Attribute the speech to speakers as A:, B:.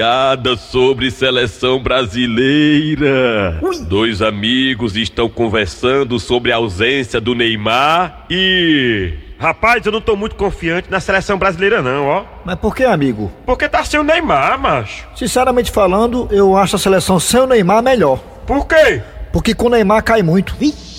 A: Piada sobre seleção brasileira. Dois amigos estão conversando sobre a ausência do Neymar e.
B: Rapaz, eu não tô muito confiante na seleção brasileira, não, ó.
C: Mas por que, amigo?
B: Porque tá sem o Neymar, macho.
C: Sinceramente falando, eu acho a seleção sem o Neymar melhor.
B: Por quê?
C: Porque com o Neymar cai muito. Ih!